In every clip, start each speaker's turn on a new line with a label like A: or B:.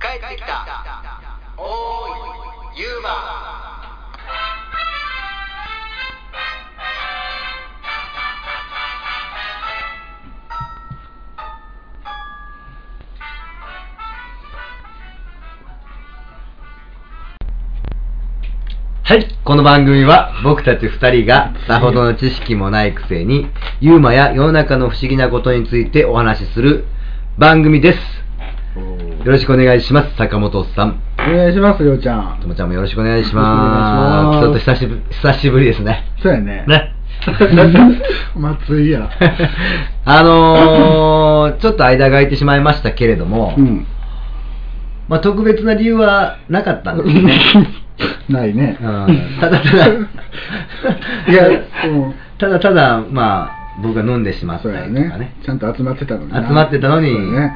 A: 帰ってきたおーいユーマ
B: はい、この番組は僕たち二人がさほどの知識もないくせに、ユーマや世の中の不思議なことについてお話しする番組です。よろしくお願いします、坂本さん。
C: お願いします、りょうちゃん
B: と。もちゃんもよろしくお願いします。ちょ
C: よ
B: っと
C: ろしくお願い
B: 久し
C: します
B: ぶり久しぶりですね。
C: そうやね。
B: ね。
C: 松井や。
B: あのー、ちょっと間が空いてしまいましたけれども、
C: うん。
B: まあ、特別な理由はなかったんですね。
C: ないね。
B: うんただただ
C: いや、うん。
B: ただただ、まあ、僕が飲んでしまった
C: そう
B: りと
C: や
B: か
C: ね
B: ね。。
C: ちゃんと集まってたのにな。
B: 集まってたのに、
C: そうやね。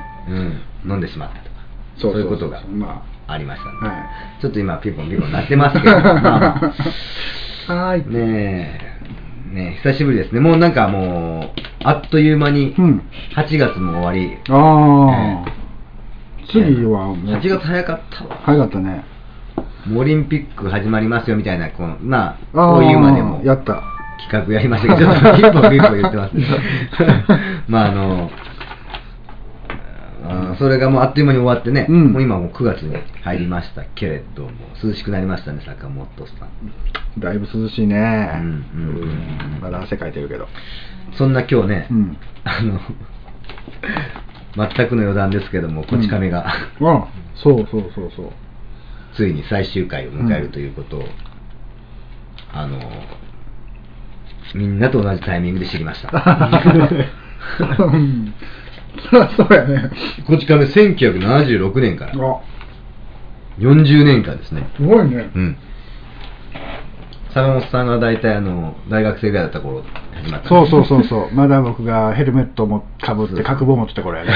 B: うん、飲んでしまったとか
C: そう
B: いうことが
C: ま
B: ありましたね
C: あ、はい。
B: ちょっと今ピンポンピンポン鳴ってますけ ど、まあまあ
C: はーい。
B: ねえねえ久しぶりですねもうなんかもうあっという間に
C: うん
B: 8月も終わり、
C: ああ、次はもう
B: 8月早かったわ
C: 早かったね
B: もうオリンピック始まりますよみたいなこのまあ
C: あ
B: こう
C: ー
B: いうまでも
C: やった
B: 企画やりましたけど、ちょっとピンポンピンポン言って ますね。まああの、あーそれがもうあっという間に終わってね、
C: うん
B: もう今もう9月に入りましたけれども、涼しくなりましたね、坂本さん。
C: だいぶ涼しいね、
B: うんうんうんうん
C: まだ汗かいてるけど
B: そんな今日ね、
C: うん
B: あの、全くの余談ですけども、こち亀が、
C: うんあそうそうそうそう
B: ついに最終回を迎えるということを、あの、みんなと同じタイミングで知りました。
C: うんそりゃそうやね
B: こち亀1976年から
C: あ
B: 40年間ですね。
C: すごいね
B: うん。坂本さんが大体あの大学生ぐらいだった頃始まった。
C: そうそうそ うそうまだ僕がヘルメットもかぶって覚悟持ってた頃やね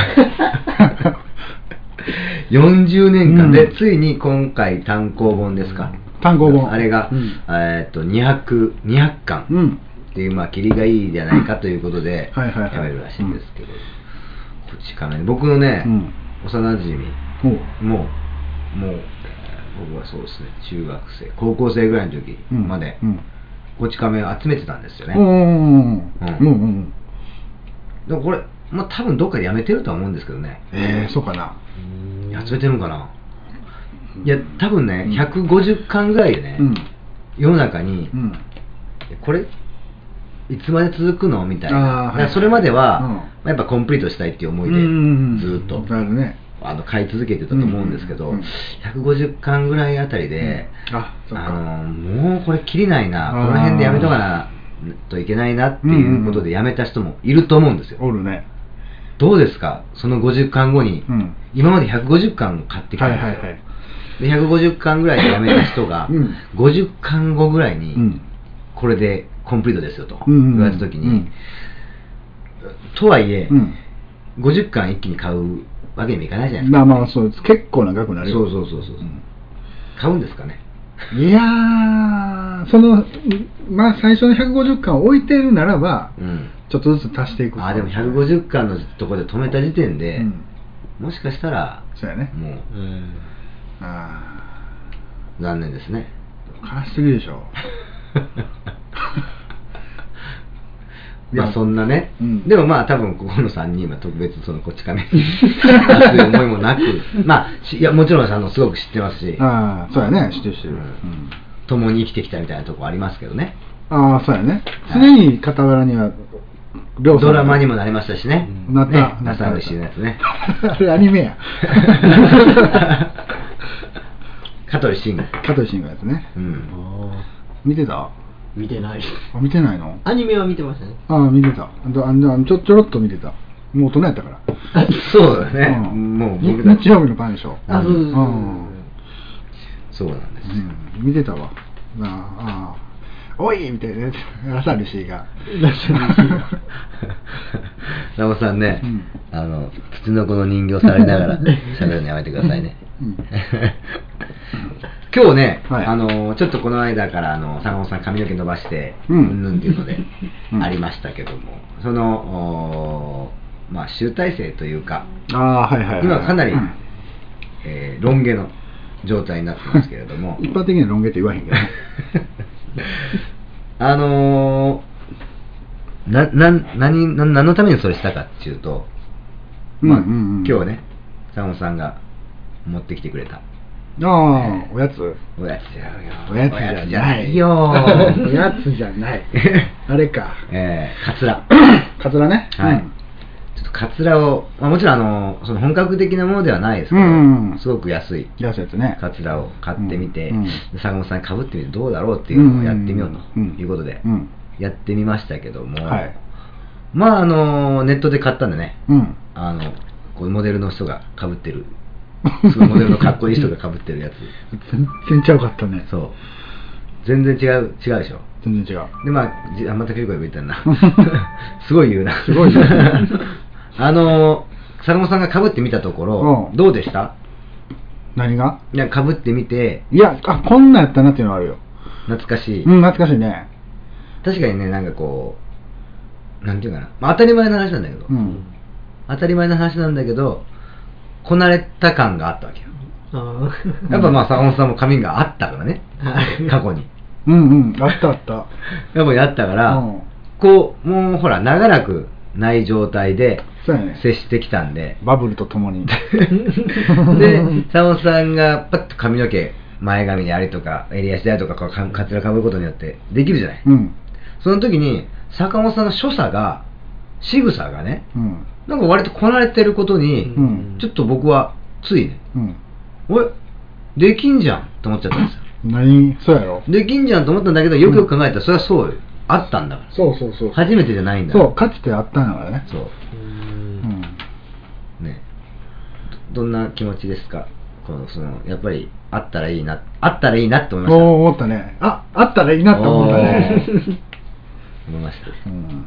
B: 40年間で、
C: うん
B: ついに今回単行本ですか。
C: 単行本
B: あれが、
C: うん
B: えーっと200 200巻
C: うん
B: っていうまあ切りがいいじゃないかということで
C: はいはいはい
B: やめるらしいんですけど、こっち亀ね僕のね、
C: うん
B: 幼馴染
C: おう
B: もうもうえー僕はそうですね中学生高校生ぐらいの時
C: うん
B: まで、
C: うん
B: こち亀を集めてたんですよね。
C: うんうんうんうんうんうん
B: でもこれ、まあ、多分どっかでやめてるとは思うんですけどね、
C: えー、そうかな
B: 集めてるのかな、いや、多分ね、150巻ぐらいでね、
C: うん
B: 世の中に、
C: うん
B: これ、いつまで続くのみたいな、
C: あーはい
B: だからそれまでは、
C: うん
B: まあやっぱコンプリートしたいっていう思い
C: うんうんうん
B: で、ずっと。
C: なるね
B: あの買い続けてたと思うんですけど、
C: うんうん
B: 150巻ぐらいあたりで、
C: うんあそっか
B: あのもうこれ、きりないな、
C: あ
B: こ
C: ー
B: の辺でやめとかなといけないなっていうことで、やめた人もいると思うんですよ。
C: おるね
B: どうですか、その50巻後に、
C: うん
B: 今まで150巻買ってきたんですよ、
C: はいはいはい
B: で150巻ぐらいでやめた人が、
C: うん
B: 50巻後ぐらいに、
C: うん
B: これでコンプリートですよと
C: うんうんうん
B: 言われた時に、とはいえ、
C: うん
B: 50巻一気に買うわけにもいかないじゃないで
C: まあまあそうです結構な額に
B: す
C: な
B: か、
C: る
B: そ
C: よ
B: うそうそうそう、
C: ん
B: 買うんですかね、
C: いやーそのまあ最初の150巻を置いてるならば
B: うん、
C: ちょっとずつ足していく
B: あーでも150巻のところで止めた時点で、
C: うん
B: もしかしたら、
C: そうやね
B: もう
D: うん
C: あ
B: 残念です ね。
C: あ悲しすぎでしょ
B: まあそんなね、
C: うん
B: でもまあ多分ここの3人は特別そのこっち亀に 熱い思いもなくまあしいやもちろんあのすごく知ってますし
C: ああそうやね知ってる知ってる、
B: う
C: うんん
B: 共に生きてきたみたいなとこありますけどね
C: ああそうやね
B: はい
C: 常に傍らにはりょうさん
B: ドラマにもなりましたしね
D: うん
C: なった
B: ね
C: なった
B: 朝飯のやつね
C: あれアニメ や
B: 香取慎吾
C: 加藤慎吾のやつね
B: うん
C: 見てた
D: 見てない
C: あ見てないの
D: アニメは見てましたね
C: ああ見てたあとあのちょちょろっと見てたもう大人やったから
B: そうだね、
C: うん
B: もう
C: に
B: 僕た
C: 日
B: ち
C: 曜日のパンでしょ
D: あそうそうそうそう
C: うん
B: そうなんですよ、
C: うん見てたわなあああおいみたいなやつ朝ルシーが
B: ラモさんね、
C: うん
B: あの土の子の人形触りながら喋るのやめてくださいね。
C: うん
B: 今日ね、
C: はい
B: あのちょっとこの間からあの坂本さん髪の毛伸ばして、
C: うん
B: うんぬんっていうので
C: うん
B: ありましたけども、そのおーまあ集大成というか、
C: ああはいはいはい
B: 今かなり
C: うん
B: えーロン毛の状態になってますけれども
C: 一般的にはロン毛って言わへんけどね
B: あのーななん何な何のためにそれしたかっていうと、まあ、
C: うんうんうん
B: 今日ね坂本さんが持ってきてくれた
C: ああおやつ
B: おやつじゃよ
C: おやつじゃない
B: よ
C: おやつじゃない あれか
B: えー、カツラ
C: カツラね
B: はい、
C: うん
B: ちょっとカツラを、まあ、もちろんあのその本格的なものではないですけど、
C: うんうん
B: すごく安い
C: 安いやつね
B: カツラを買ってみて、
C: うんうん
B: 坂本さんにかぶってみてどうだろうっていうのをやってみようということで、
C: うんうん
B: やってみましたけども、
C: はい
B: まああのネットで買ったんでね
C: うん
B: あのこういうモデルの人がかぶってるそのモデルのかっこいい人がかぶってるやつ
C: 全然ちゃうかったね
B: そう全然違う違うでしょ
C: 全然違う
B: でまあ、じあまた結構言ったな すごい言うな
C: すごいね
B: あの坂本さんがかぶってみたところ、
C: うん
B: どうでした
C: 何が
B: いやかぶってみて
C: いやあこんなんやったなっていうのはあるよ
B: 懐かしい、
C: うん懐かしいね
B: 確かにねなんかこうなんていうかな、まあ、当たり前の話なんだけど、
C: うん
B: 当たり前の話なんだけどこなれた感があったわけよ
D: あ
B: やっぱまあ坂本さんも髪があったから ね
D: はい
B: 過去に
C: うんうんあったあった
B: やっぱりあったから、
C: うん
B: こうもうほら長らくない状態で
C: そうやね
B: 接してきたん で、
C: バブルとともに
B: で、佐野さんがパッと髪の毛、前髪でありとか、襟足でありとか、こうかかつらかぶることによってできるじゃない。
C: うん
B: その時に、坂本さんの所作が、仕草がね、
C: うん
B: なんか割とこなれてることに、
C: うん
B: ちょっと僕はついね、
C: うん
B: おい、できんじゃんと思っちゃったんですよ。
C: 何そうやろ
B: できんじゃんと思ったんだけど、よくよく考えたら、それはそうよ。あったんだから。
C: そうそうそう
B: 初めてじゃないんだ
C: そうかつてあったんだからね
B: そう
D: う
C: うんん
B: ねどどんな気持ちですかこのそのやっぱりあったらいいなあったらいいなって思いました
C: おお思ったねああったらいいなって思ったね
B: おー思いました
C: うん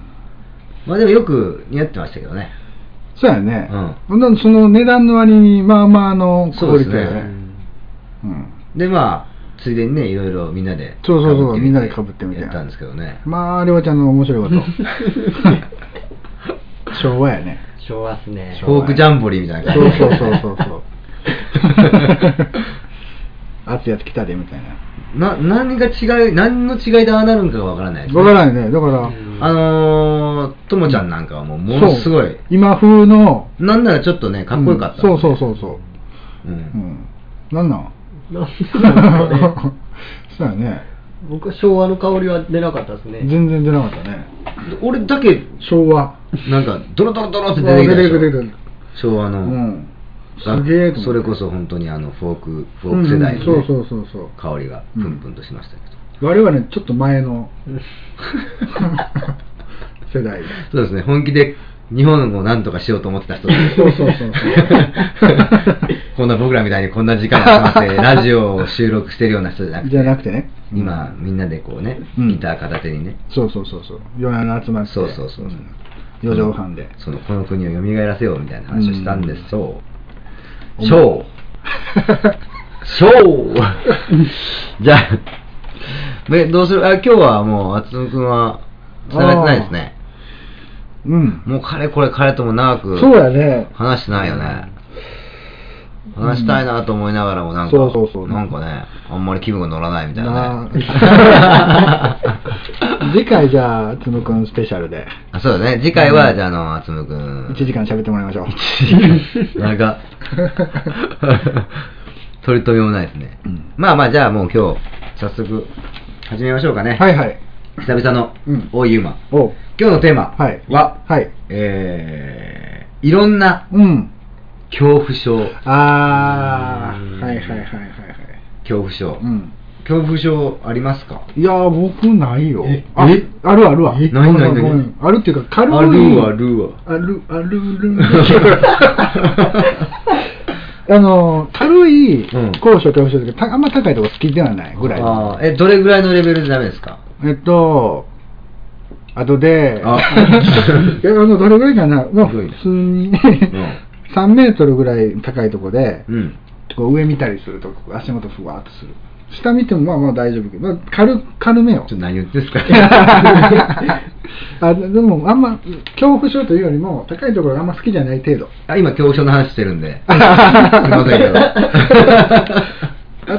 B: まあでもよく似合ってましたけどね
C: そうやね
B: うん
C: ほんならその値段の割にまあまああのク
B: そう
C: オ
B: で
C: リ
B: す
C: テ
B: ね
C: ィだよねうん
B: でまあついでにねいろいろみんなで
C: そうそうそう
B: 被ってみて
C: みんなで被ってみて
B: やったんですけどね
C: まありょうちゃんの面白いこと 昭和やね
D: 昭和っすね
B: フォークジャンボリーみたいな
C: そう
B: 感じ
C: そうそうそう そう熱いやつ来たでみたいな
B: な何が違い何の違いでああなるんかがわからないですね
C: わからないねだから
D: うん
B: あのーともちゃんなんかはもうものすご
C: そ
B: いう
C: 今風の
B: なんならちょっとねかっこよかった、
C: うんそうそうそうそう
B: う
C: うんんな んなん
D: なんなんですかね
C: そうやね
D: 僕は昭和の香りは出なかったですね
C: 全然出なかったね
B: 俺だけ
C: 昭和
B: なんかドロドロドロって出てきたでしょ
C: 出てくる
B: 昭和の、
C: うん
B: が
C: すげえと思って
B: それこそ本当にあのフォークフォーク世代のね、
C: うんうんそうそうそうそう
B: 香りがプンプンとしましたけど、
C: 我々ちょっと前の 世代
B: そうですね本気で日本を何とかしようと思ってた人です
C: そうそうそう
B: こんな僕らみたいにこんな時間を使ってラジオを収録してるような人じゃなくて
C: じゃなくてね
B: 今みんなでこうね
C: うん
B: ギター片手にね、
C: そうそうそうそう夜な夜な集まって
B: そうそうそうそうん
C: 四畳半で
B: そのこの国を蘇らせようみたいな話をしたんです、
C: うん
B: そうショーショーじゃあ、ね、どうするあ今日はもう厚野君は繋がってないですね
C: うん
B: もうかれこれ彼とも長く
C: そうやね
B: 話してないよね話したいなと思いながらもなんか、
C: そうそうそう
B: なんかねあんまり気分が乗らないみたいなね
C: な次回じゃあ つむくんスペシャルで
B: あそうだね次回は、じゃああの厚野君
C: 1時間喋ってもらいましょう
B: 長っ取り留めもないですね、
C: うん
B: まあまあじゃあもう今日早速始めましょうかね、
C: はいはい
B: 久々の
C: うん
B: 大井ゆうま
C: おう
B: 今日のテーマ
C: はい
B: は、
C: はい
B: えーいろんな
C: うん
B: 恐怖症
C: あーはいはいはいはいはい
B: 恐怖症、
C: うん
B: 恐怖症ありますか
C: いやー僕ないよ
B: え
C: あ
B: え
C: あるあるわ
B: え
C: ごめん
B: ないないない
C: ごめんあるっていうか軽い
B: あるわあるわ
C: あるあるる あの軽い
B: うん
C: 高所恐怖症というかたあんま高いとこ好きではないぐらい
B: あーえどれぐらいのレベルでダメですか
C: えっと後で
B: あ
C: いやあのどれぐらいかなまあ
B: ひどいね
C: 普通に
B: ん
C: 3メートルぐらい高いとこで
B: うん
C: こう上見たりすると足元ふわーっとする下見てもまあまあ大丈夫けど、まあ、軽 軽めよ
B: ちょっと何言ってんすか
C: あででもあんま恐怖症というよりも高いところがあんま好きじゃない程度
B: あ今、恐怖症の話してるん で。すいませんけ ど。
C: あ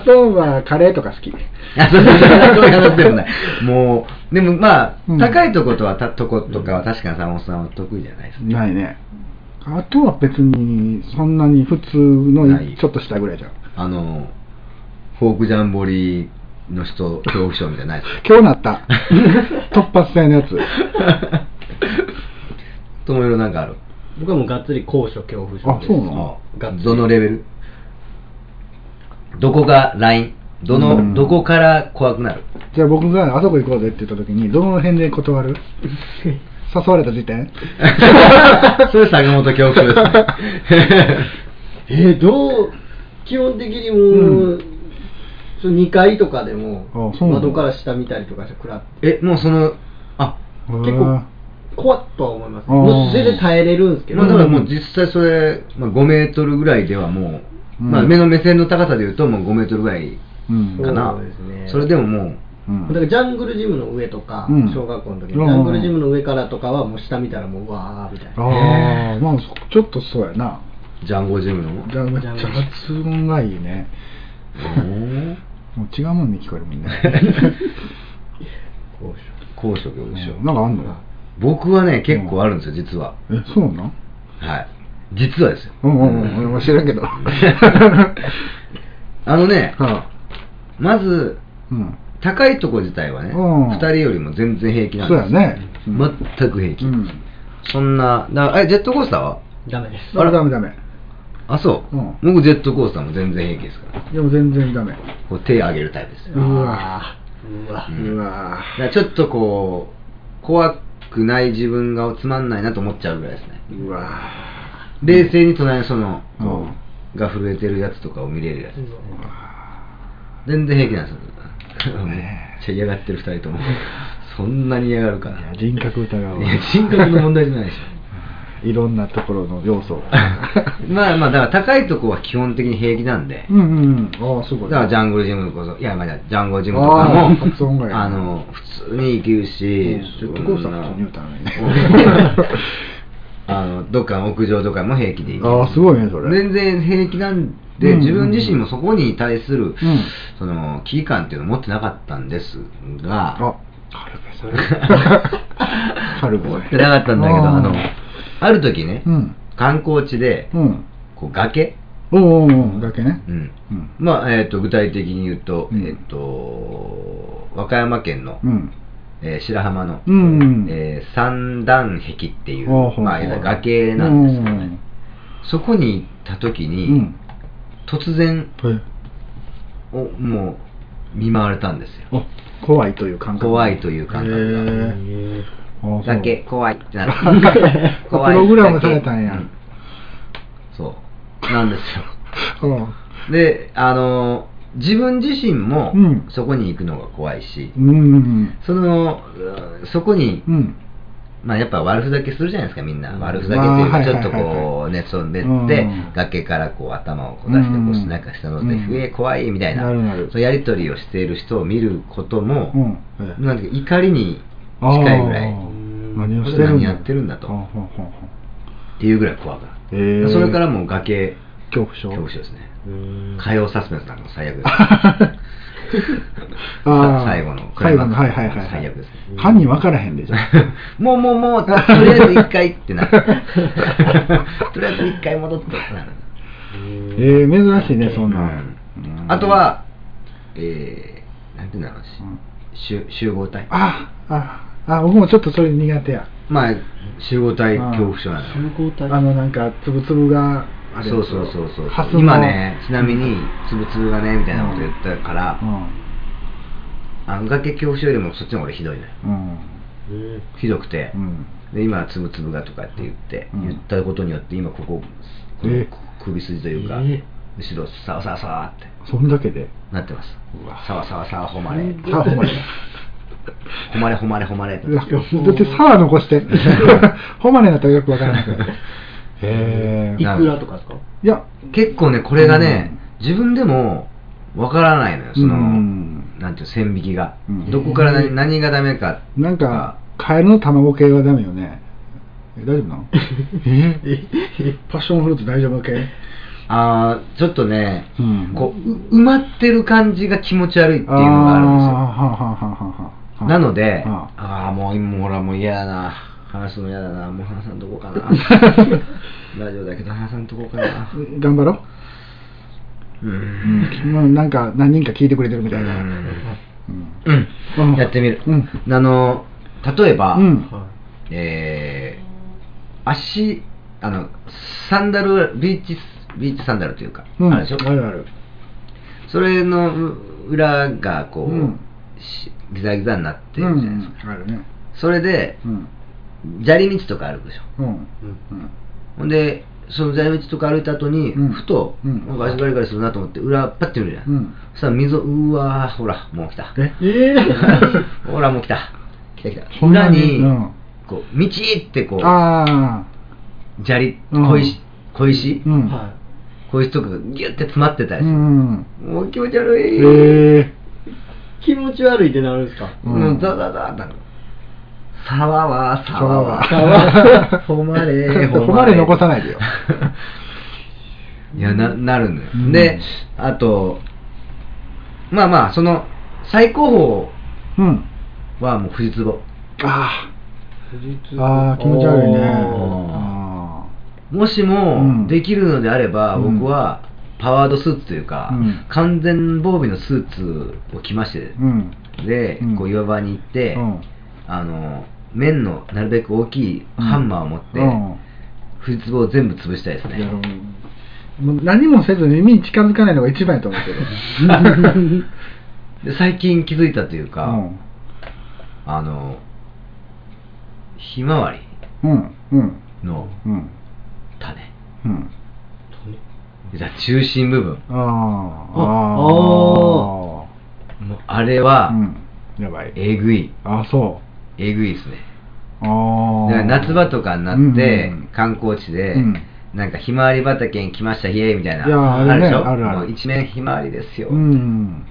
C: とはカレーとか好き
B: あそうそうそうそういう話でもない。もう、でもまあ、
C: うん
B: 高いとことはたとことかは確かに山本さんは得意じゃないですね。
C: ないねあとは別にそんなに普通
B: ない
C: のちょっと下ぐらいじゃん
B: あの、フォークジャンボリーの人、恐怖症みたいなのないですね
C: 今日なった突発性のやつ
B: ともいろなんかある。
D: 僕はもうがっつり高所恐怖症です
C: あそうな
B: あ
C: の
B: あ
D: がっつり
B: どのレベルどこがラインどの、
C: うん
B: どこから怖くな る
C: じゃあ僕があそこ行こうぜって言った時にどの辺で断る誘われた時点
B: それ坂本恐怖症です ね。
D: えーどう基本的にもう、
C: う
D: その2階とかでも
C: あそうなんだ
D: 窓から下見たりとかしてくらって
B: え、もうその、あ、
D: 結構怖っとは思います
C: あー
D: もう全然耐えれるんですけど、
B: まあだからもう実際それ、まあ、5メートルぐらいではもう、
C: うん
B: まあ目の目線の高さでいうともう5メートルぐらい
C: うん
B: かな
D: そうですね
B: それでももう
C: うん
D: だからジャングルジムの上とか、
C: うん
D: 小学校の時にジ
C: うん
D: ャングルジムの上からとかはもう下見たらもううわーみたいな
C: ああまあそちょっとそうやな
B: ジャンゴジムの
C: じゃあめっちゃ
D: じゃあ
C: 発音がいいね
B: おー
C: もう違うもんに聞こえるもん ね
D: 高所
B: 高所恐怖症
C: うんなんかあんの
B: 僕はね結構あるんですよ実は
C: えそうなん
B: はい実はですよ
C: うんうん うん俺も知らんけど
B: あのね
C: は
B: まず
C: うん
B: 高いとこ自体はね、
C: うん
B: 2人よりも全然平気なんです
C: そうやねうん
B: 全く平気、
C: うん
B: そんなだえジェットコースターは
D: ダメです
C: あらダメダメ
B: あそう、
C: うん
B: 僕ジェットコースターも全然平気ですから
C: でも全然ダメ
B: こう手上げるタイプですよ
C: うわ
D: うわ
B: うん
C: うわ
B: だからちょっとこう怖くない自分がつまんないなと思っちゃうぐらいですね
C: うわ
B: 冷静に隣のその、
C: うん
B: こうが震えてるやつとかを見れるやつですね全然平気なんですよ めっちゃ嫌がってる2人ともそんなに嫌がるか
C: い
B: な
C: や
B: い
C: 人格疑うわ
B: や人格の問題じゃないでしょ
C: いろんなところの要素 を
B: まあまあだから高いとこは基本的に平気なんで、
C: うんうんうんああすご
B: だ
C: い
B: からジャングルジムこそいやまあジャンゴジムとか
C: あー発音が
B: も
C: いい
B: あの普通に生きるし、
C: ジェットコースター普通に言うたらいいね
B: あのどっかの屋上とかも平気で行ける
C: ああすごいねそれ
B: 全然平気なんで、
C: うん
B: 自分自身もそこに対する、
C: うん
B: その危機感っていうのを持ってなかったんですが
C: あ軽部さん軽部
B: 持
C: さん
B: ってなかったんだけどあのある時ね、
C: うん
B: 観光地で、
C: うん
B: こう崖、
C: おうおうおうだけね
B: うん
C: うん
B: まあえー、と具体的に言うと,、
C: うん
B: えー、と和歌山県の、
C: うん
B: えー白浜の、
C: うん
B: えー三段壁っていう、
C: ほうほうほう
B: まあ、いわゆる崖なんですけどね、そこに行った時
C: う
B: に、
C: ん
B: 突然
C: うん
B: おもう見舞われたんですよ
C: あ怖いという感覚
B: 怖いという感覚が
C: へーあ
B: だけ
C: そう
B: 怖いってな って
C: プログラムされたんや
B: うそうなんですよ
C: うん
B: であの自分自身も
C: うん
B: そこに行くのが怖いし、
C: うん
B: そのうんそこに、
C: うん
B: まあ、やっぱ悪ふざけするじゃないですかみんな
D: うん
B: 悪ふざけっていう
C: ま
B: か
C: あ
B: ちょっと
C: はいはいはい
B: こ
C: は
B: う
C: い
B: 熱を練っ
C: う
B: て
C: ん
B: 崖からこう頭をこう出して
C: うん
B: こう背中下のって
C: うん
B: 「ふえ怖い」みたいな
C: なるなる
B: そのやり取りをしている人を見ることも、
C: うんええ
B: なんていうか怒りに近いぐらい
C: あ
B: っ
C: ー何をしてるんだ
B: 何やってるんだと
C: ほうほうほうほう
B: ていうぐらい怖くな
C: え
B: る、
C: ー
B: それからもう崖
C: 恐怖症
B: 恐怖症ですね
D: うん
B: 火曜サスペンスなんかも最悪 です
C: あー
B: 最後の
C: 最後のはいはいはいはい
B: 最悪ですね
C: 犯人分からへ んでじゃあ
B: もうもうもう、とりあえず一回ってなる。 とりあえず一回戻ってってなる。
C: えー珍しいねそん
B: う
C: なん
B: んあとは、えー、なんていうんだろうし
C: う
B: 集
C: ん、
B: 集合体。
C: あああ僕もちょっとそれ苦手や
B: まあ、集合体恐怖症なのよ。
D: 合
C: あのなんかつぶつぶがあれ
B: そうそうそうそう
C: ハス。の
B: 今ね、ちなみに、つぶつぶがね、みたいなこと言ったから
C: う、ん
B: あの崖恐怖症よりもそっちの方が俺ひどいのよ。
C: うん
D: うん
B: ひどくて
C: う、ん
B: で今つぶつぶがとかって言って、
C: うん
B: 言ったことによって今こここの
C: え
B: 首筋というか、
D: え
B: 後ろサワサワサワって
C: そんだけで
B: なってます
C: うわ
B: サワサワサワほまれ
C: さあほんまに
B: ほまれほまれほまれって
C: だってさあ 残してホマネだったらよくわからないからへえ
D: いくらとかですか
C: いや
B: 結構ねこれがね、自分でもわからないのよその、
C: うん
B: なんていう線引きが、
C: うん
B: どこから何何がダメか
C: なんか、カエルの卵系はダメよね。え、大丈 夫なのえパッションフルーツ大丈夫系
B: あーちょっとね、
C: うん
B: こうう埋まってる感じが気持ち悪いっていうのがあるんですよ
C: です
B: なので、
C: あ
B: ああ、もう今、ほら、もう嫌だな。話すの嫌だな。もう話さんとこうか な。ラジオだけど話さんとこうかな。
C: 頑張ろう。
B: う。
C: うんん、まあなんか何人か聞いてくれてるみ
B: う
C: たいな。
B: ん
C: うん
B: うん。やってみる。
C: うん
B: あの、例えば、
C: うん
B: えー足、あの、サンダル、ビーチ、ビーチサンダルというか、
C: うん
B: あるでしょ
C: あるある。
B: それのう裏がこう、
C: うん
B: しギザギザになって
C: う
B: るじゃないです
C: ん
B: か。、
C: あるね。
B: それで、
C: うん。
B: 砂利道とか歩くでしょ。
C: うん。
B: ほんで、その砂利道とか歩いた後に、
C: うん
B: ふと、
C: うん
B: なんか足ガリガリするなと思って、裏パッて見るじゃん。
C: うん
B: そしたら溝、うわー、ほら、もう来た。
C: ええ
B: ほら、もう来た。来た来た。
C: そん
B: 裏
C: なに
B: に、
C: うん
B: こう、道ってこう、
C: ああ。
B: 砂利、
C: うん
B: 小石、小石、
C: うん。
B: 小石とかがギュッて詰まってたり
C: う
B: する。
C: ん。
B: もう気持ち悪い。
C: え
D: 気持ち悪いってなるんですか
C: うん
B: もうザザザザ。沢は
C: 沢
B: 沢
C: は
B: は 誉れ
C: 誉れ残さないでよ
B: いやななるのよ、
C: うん
B: であとまあまあその最高
C: え。うん。
B: 峰はもう富士壺
C: ああ。ああ、気持ち悪い
B: お
C: ね。
B: ー
C: あ
B: もし
C: うん
B: もできるのであれば、
C: うん
B: 僕はパワードスーツというか、
C: うん
B: 完全防備のスーツを着まして
C: ー、うん。
B: で、
C: うん
B: こう岩場に行って、
C: うん
B: あの面のなるべく大きいハンマーを持って、
C: うん
B: フリツボを全部潰したいです
C: いや
B: ね。
C: もう何もせず耳に近づかないのが一番やと思うけど。
B: で最近気づいたというか、
C: うん
B: あのひまわり
C: うん。うん。
B: の
C: うん。
B: 種、
C: うん。
B: じゃあ中心部分、
C: ああ。
D: あ
B: もうあれは、
C: うん。やばい。
B: えぐい、
C: あ、そ
B: えぐいですね。
C: う。あ
B: だ
C: あ。
B: から夏場とかになって、
C: うんうんうん
B: 観光地で、
C: うん
B: なんかひまわり畑に来ました、イエーイみたいな、
C: いやーあるね
B: るでしょ
C: あるある
B: もう一面ひまわりですよ、
C: うん。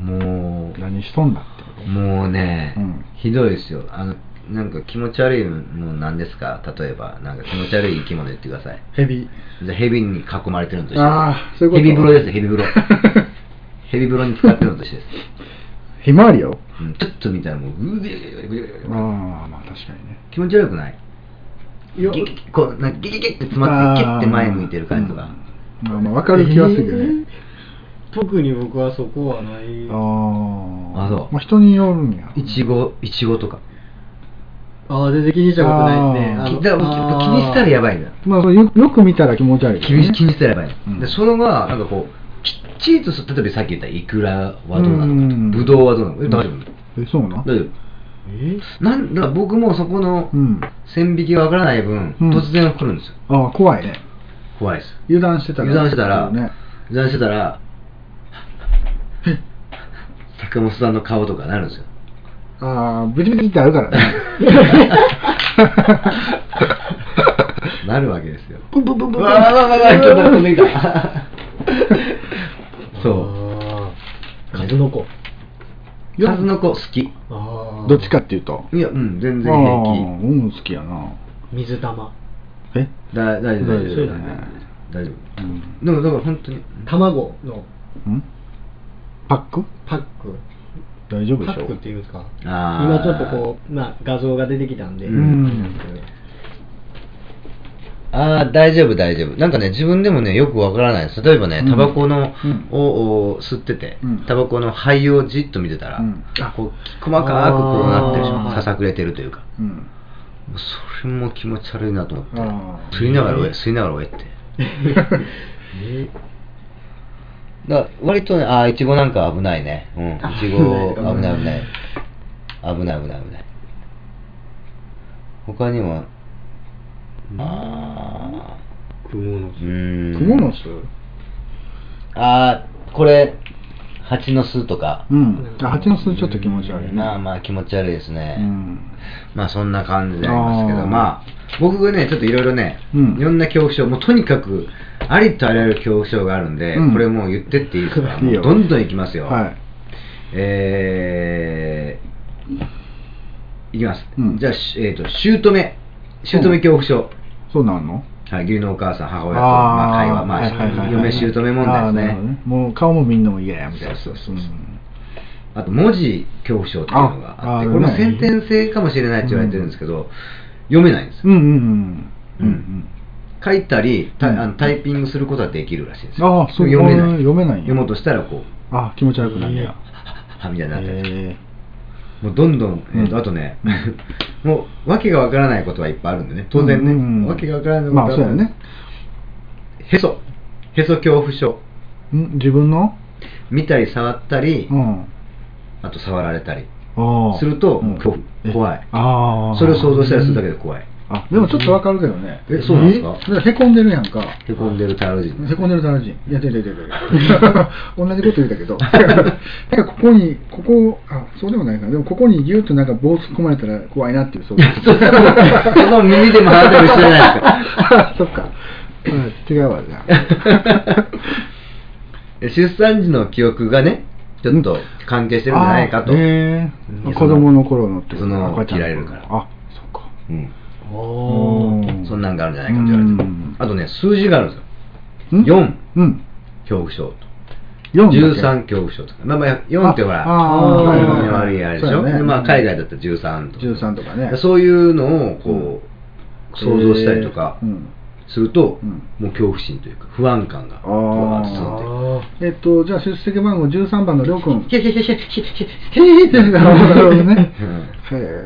B: もう、
C: 何しとんだってこと。
B: もうね、
C: うん
B: ひどいですよ。あのなんか気持ち悪いもんなんですか例えば、なんか気持ち悪い生き物言ってください。
C: ヘビ。
B: じゃあヘビに囲まれてるのと一緒
C: あーそういうこと
B: ヘビ風呂ですよ、ヘビ風呂。ヘビ風呂に使ってるのと一緒です。
C: ひまわりよ。
B: うんちょっと見たらもう、うで
C: ああ、まあ確かにね。
B: 気持ち悪くない
D: いや
B: ギギギこうなんかギギギって詰まって、キュッて前向いてる感じが。
C: うんまあまあわかる気はするよね。
D: 特に僕はそこはない
C: ああ。
B: あそう
C: まあ人によるんや。
B: いちご、いちごとか。
D: ああ全然気にしたことないですね
C: あ
D: あの
B: きだからやっぱ気にしたらやばいのよ。
C: まあそうよよく見たら気持ち悪いけ
B: 気
C: どね。
B: に気にしたらやばいの、
C: うん
B: でその後はなんかこうきっちりとす例えばさっき言ったイクラはどうな
C: う
B: の
C: ん
B: かぶどうはどうなのかえ大丈
C: え、そうな
B: 夫大丈
D: え
B: 夫なんだから僕もそこの
C: うん
B: 線引きがわからない分、
C: うん
B: 突然来るんですよ
C: ああ、怖いね。
B: 怖いです
C: 油断してたら。
B: 油断してたら、
C: ね。
B: 油断してたら坂本さんの顔とかなる んですよ
C: ああ、ブチブチってあるか らね。
B: なるわけですよ
C: ブンブンブンブン
B: うわーうわーうわーうわーちょっと飛んできたそう
D: ああ数の子
B: 数の子好き
D: ああ
C: どっちかっていうと。
B: いやうん全然
C: あ
B: 平
C: あ
B: 気
C: うん、好きやな。
D: 水玉
C: え
B: だ大丈夫
C: 大
B: 大
C: 丈
B: 丈
C: 夫
B: 夫
C: だね
B: 大丈
C: うん
B: 夫でもだから本当に
D: 卵の
C: んパック
D: パック
C: 大丈夫
D: パ
C: でしょ
D: ックっていうんですか
B: あー
D: 今ちょっとこう、まあ、画像が出てきたんで、
C: うん
B: ああ大丈夫大丈夫なんかね自分でもねよくわからないです例えばね
C: うん
B: タバコの
C: うん
B: をを吸ってて
C: うん
B: タバコの灰をじっと見てたら
C: うん
B: こう細かくこうなってるでし
D: あ
B: ょ
D: ー
B: ささくれてるというか
C: うん。
B: もうそれも気持ち悪いなと思って
C: あー
B: 吸いながら上吸いながら上 って だから割とねああいちごなんか危ないねうんいちご危ない危ない危ない危ない危ない他にもああ
D: 蜘蛛の
B: うーん
C: 蜘蛛の巣
B: あーこれ蜂の巣とか、
C: うん。あ蜂の巣ちょっと気持ち悪いね。
B: まあまあ気持ち悪いですね、
C: うん。
B: まあそんな感じでありますけど
C: あー
B: まあ僕がねちょっといろいろね
C: うん
B: いろ、ん、な恐怖症もうとにかくありとあらゆる恐怖症があるんで、
C: うん
B: これもう言ってっていいですか
C: いいよ
B: もうどんどんいきますよ、
C: はい
B: えーいきます、
C: うん
B: じゃあ、しえー、と姑姑恐怖症、
C: そうなんの
B: はい、義理のお母さん母親とまあ、会
C: あ
B: 話
C: ー
B: まあ、
C: はいはいはいはい
B: 嫁姑問題です
C: あーな
B: ね
C: るほどもう顔も見んのも嫌やみたいな
B: そうそうそうそうんあと文字恐怖症っていうのがあって
C: ああ
B: これも
C: ね
B: 先天性かもしれないって言われてるんですけど、読めないんです
C: う
B: よ
C: んうんうんうんうん
B: 書いたりた
C: うん
B: あのタイピングすることはできるらしいんですよ
C: ああそう
B: でも読めない
C: 読めないんや
B: 読もうとしたらこう
C: あ気持ち悪くなる
D: いい
C: や
D: や
B: ははみたいになったりとか
C: え
B: もうどんどん、えーと
C: うん
B: あとね もうわけがわからないことはいっぱいあるんでね当然ね、
C: うんうんうん
B: わけがわからないこと
C: まあそうやね
B: へそへそ恐怖症
C: ーん自分の
B: 見たり触ったり、
C: うん
B: あと触られたり
C: ああ
B: すると
C: うん
B: 恐怖怖い
C: えああ
B: それを想像したりするだけで怖い
C: あでもちょっとわかるけどね
B: えそうなんですか
C: えだからへこんでるやんか
B: へこんでるタロジン
C: へこんでるタラジンいや、でででで同じこと言ったけど、なんかここに、ここ、あそうでもないかな、でもここにぎゅっとなんか棒突っ込まれたら怖いなっていう、そう
B: そんな耳でも離れたりしてないですか
C: そっか、うん違うわ、じゃ
B: え出産時の記憶がねちょっと関係してるんじゃないかと、
C: あへ
B: い
C: え
B: や
C: 子供の頃のってこと
B: その
C: 赤ちゃ
B: 切
C: んの頃
B: られるから
C: あ、そっか。
B: うん、
D: おー
C: うん
B: そんなんがあるんじゃないかと言われてる
C: うん
B: あとね数字があるんですよ
C: ん
B: 4
C: うん。
B: 恐怖症と
C: 四だけ
B: 13恐怖症とか、まあ、まあ4ってほら
C: ああー
B: まあ
C: はいはいはい
B: 日本の悪いあれでし
C: そ
B: ょ、
C: うだね
B: でまあ、海外だったら13とか
C: 13とかね。
B: そういうのをこう、想像したりとか
C: えーうん
B: すると、
C: うん
B: もう恐怖心というか不安感が
C: あー
B: こうあって
C: あ
B: 募っていく
C: えっ
D: ー
C: と、じゃあ出席番号13番のりょうくん。
B: ヒャヒャヒャヒャヒャヒャヒャヒャ
C: なるほどなるほどね
B: うん。
C: へえ。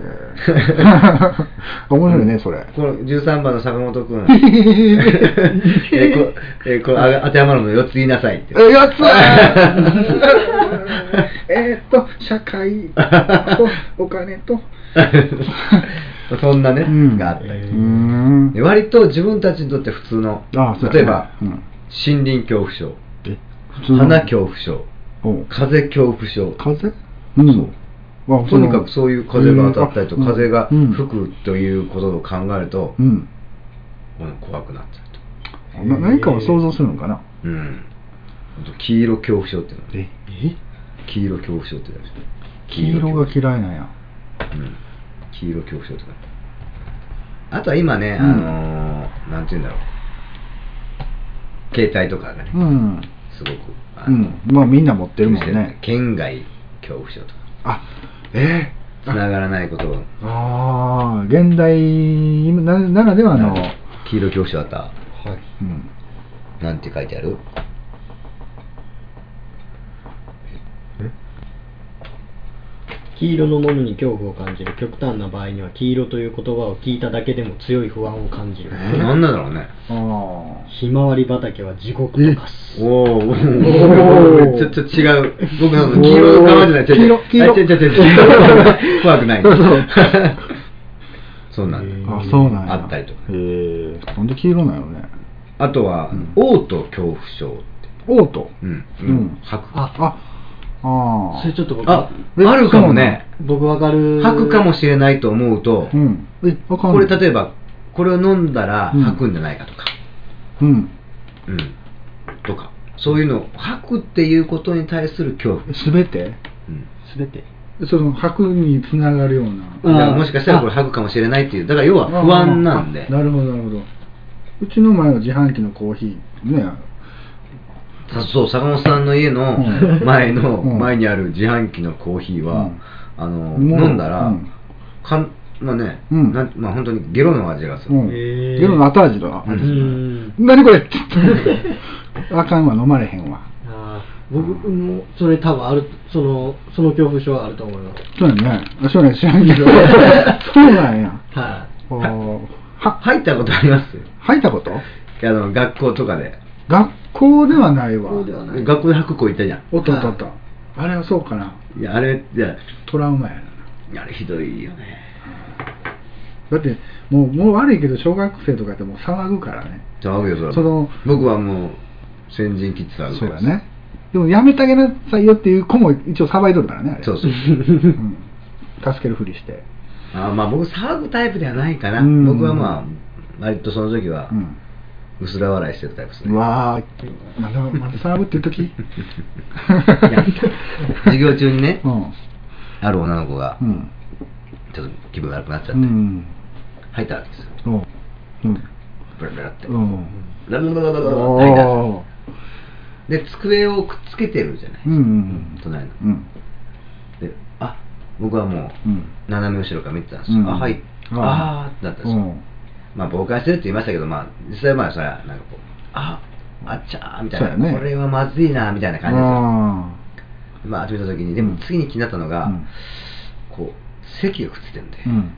C: 面白いね、それ。
B: この13番の坂本 君
C: え
B: えーこえーこれあが当てはまるの4つ言いなさいって
C: やつえーっと、社会とお金と。
B: そんなね、
C: うん
B: があったり
C: うーん
B: で割と自分たちにとって普通の
C: あそうやね
B: 例えば、
C: うん
B: 森林恐怖症
C: え普通の
B: 花恐怖症
C: うん
B: 風恐怖症
C: 風うん。あ
B: とにかくそういう風が当たったりと
C: うん
B: 風が
C: うん
B: 吹くということを考えると、
C: うん。
B: うん怖くなっちゃうと。
C: な何かを想像するのかな。
B: うん、あと黄色恐怖症っていうのが
C: え
B: 黄色恐怖症っていうのがある
C: 黄色が嫌いなんや。
B: うん黄色恐怖症とかあとは今ね、
C: うん
B: あのーなんて言うんだろう携帯とかがね、
C: うん。
B: すごくあ
C: う
B: の
C: ん。まあみんな持ってるもんね。
B: 県外恐怖症とか
C: あ、え
B: つながらないことを
C: ー、ああ、現代なならではの、
B: 黄色恐怖症あった
D: はい
C: うん、
B: なんて書いてある
D: 黄色のものに恐怖を感じる極端な場合には黄色という言葉を聞いただけでも強い不安を感じる
B: これ何なんだろうね
C: あ
D: ひまわり畑は地獄と化す
B: おおお
C: お
B: ー
C: ー
B: ちょっと違う僕の黄色の顔じゃない
C: 黄色黄色
B: 違う違う違う違う 怖くない
C: そうそう
B: そうなんだ
C: ああそうなんや
B: あったりとか
C: へえなんで黄色なんやろね
B: あとは、
C: うん
B: 嘔吐恐怖症って
C: オート
B: うん、
C: うん
B: 吐く
D: あ
C: あああ
D: それちょっと僕
B: あ
C: え
B: あるかもね
D: 僕わかる
B: 吐くかもしれないと思うと、
C: うんえわかん
B: こ
C: ない
B: れ例えばこれを飲んだら
C: うん
B: 吐くんじゃないかとか、
C: うん
B: うんとかそういうの吐くっていうことに対する恐怖、
C: すべて
B: うん
D: すべて
C: その白につながるような
B: だからもしかしたらこれ吐くかもしれないっていうだから要は不安なんで
C: あなるほどなるほどうちの前は自販機のコーヒーね
B: さそう坂本さんの家の
C: うん
B: 前の、
C: うん
B: 前にある自販機のコーヒーは、
C: うん
B: あの
C: もう
B: 飲んだら、
C: うん
B: かんまあね、
C: うん
B: なんまあ本当にゲロの味がす
C: う
B: る、
C: ん
D: へー
C: ゲロの後味だな
B: う
D: うんん
C: 何これ あかんわ飲まれへんわ
D: あー僕もそれ多分あるそのその恐怖症はあると思います
C: そうやねあそうやね知らん けどそうなんや
D: は
C: あー
B: は
C: は
B: 入ったことあります
C: 吐いたこと
B: あの学校とかで
C: 学校ではないわ
D: 学校ではない
B: 学校で白子いたじゃん
C: おったおったおったあれはそうかない
B: やあれいや
C: トラウマやな
B: あれひどいよね
C: だってもうもう悪いけど小学生とかってもう騒ぐからね
B: ちゃうよそれ
C: その
B: 僕はもう先人キッズだ
C: そうだねでもやめてあげなさいよっていう子も一応騒いどるからねあれ
B: そうそう
C: うん、助けるふりして
B: あまあ僕騒ぐタイプではないかな、
C: うん
B: 僕はまあ割とその時は
C: うん
B: 薄ら笑いしてるタイプです
C: う
B: ね。
C: わあ、まだまだサーブっていう時
B: いや授業中にね、
C: うん。
B: ある女の子が
C: う、ん。
B: ちょっと気分悪くなっちゃって、
C: うん。
B: 吐いたわけですよ。
C: うん。うん。
B: ブラブラって。
C: うん。
B: ラララララララ吐いたん
C: おー
B: ですよで、机をくっつけてるじゃないですか。
C: うんうん
B: 隣の。
C: うん。
B: で、あ僕はも
C: う
B: う、
C: ん
B: 斜め後ろから見てたんですよ。
C: うん
B: あ、はい。あーってなったんですよ。
C: うん
B: まあ、傍観してるって言いましたけど、まあ、実際まあ、それは、なんかこう、ああっちゃーみたい
C: そ
B: な、
C: うやね
B: これはまずいな、みたいな感じですよ。
C: あ
B: まあ、始めた時に、でも次に気になったのが、
C: うん
B: こう、席がくっついてるんで、
C: ーうん。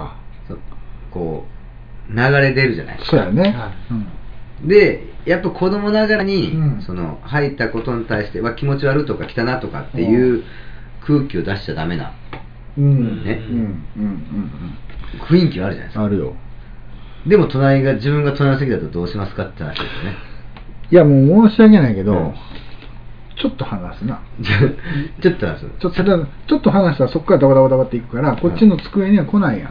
C: あ、
B: そうこう、流れ出るじゃない
C: そうやね
D: はい。
C: うん
B: で、やっぱ子供ながらに、
C: うん
B: その、入ったことに対して、は気持ち悪いとか汚いとかっていう空気を出しちゃダメな
C: うん。
B: ね
C: うん。うん。うん。
B: 雰囲気はあるじゃないです
C: うん。
B: か。
C: あるよ。
B: でも、隣が、自分が隣の席だとどうしますかって話ですよね。
C: いや、もう申し訳ないけど、
B: うん
C: ちょっと話すな。
B: ちょちょっとなんですよ
C: ちょっとちょっと話したらそこからダバダバダバっていくから、こっちの机には来ないやん。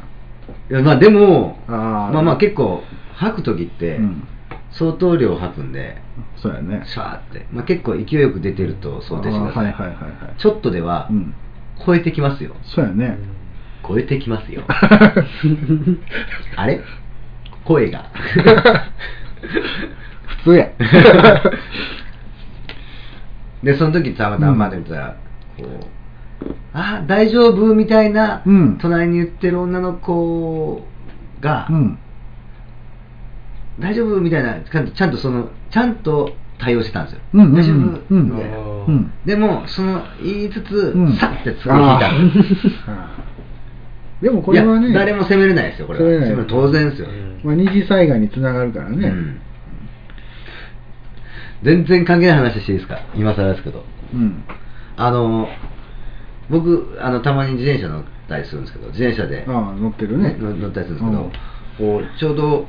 B: いやまあでも
C: あー
B: まあまあ結構吐く時って
C: うん
B: 相当量吐くんで、
C: そうやね。
B: シャーって、まあ、結構勢いよく出てると想定してください,、
C: あーはいはいはいはい
B: ちょっとでは
C: うん
B: 超えてきますよ、
C: そうやね。
B: 超えてき ますよあれ声が
C: 普通や。
B: でその時たまたま待ってみたら、こうあー大丈夫みたいな、
C: うん
B: 隣に言ってる女の子が、
C: うん。
B: 大丈夫みたいな感じでちゃんとそのちゃんと対応してたんですよ、
C: うんうん
B: 大丈
C: う
B: 夫、
C: ん
B: みたいな
C: うん
B: でもその言いつつ、
C: うん
B: さって次引いたんですよ
C: あー でもこれはいね、
B: や誰も責めれないですよこれは
C: 責めれない
B: 責める当然ですよ、
D: うん
C: まあ、二次災害につながるからね。
B: うん全然関係ない話していいですか今更ですけど
C: うん。
B: あの僕あのたまに自転車乗ったりするんですけど自転車で、
C: ああ、乗ってるね。
B: 乗乗ったりするんですけど、こうちょうど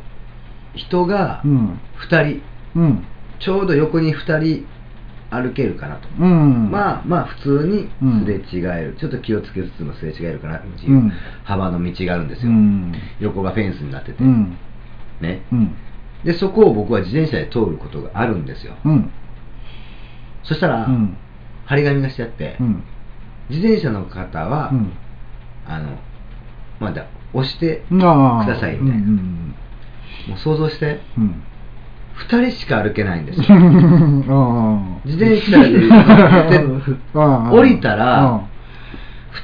B: 人が
C: うん
B: 2人、
C: うん。
B: ちょうど横に2人歩けるかなと、
C: うん。
B: まあまあ普通に
C: うん
B: すれ違える、ちょっと気をつけつつもすれ違えるかなっていううん幅の道があるんですよ、
C: うん
B: 横がフェンスになってて、
C: うん。
B: ね
C: うん。
B: でそこを僕は自転車で通ることがあるんですよ、
C: うん。
B: そしたら、
C: うん
B: 張り紙がしてあって、
C: うん。
B: 自転車の方は、
C: うん
B: あのまあだ押してく
C: ああ
B: ださいみたいな、
C: うんうん
B: もう想像して
C: うん。
B: 2人しか歩けないん ですよ
C: うん。あ
B: 自転車で乗って
C: あああ
B: 降りたら
C: あ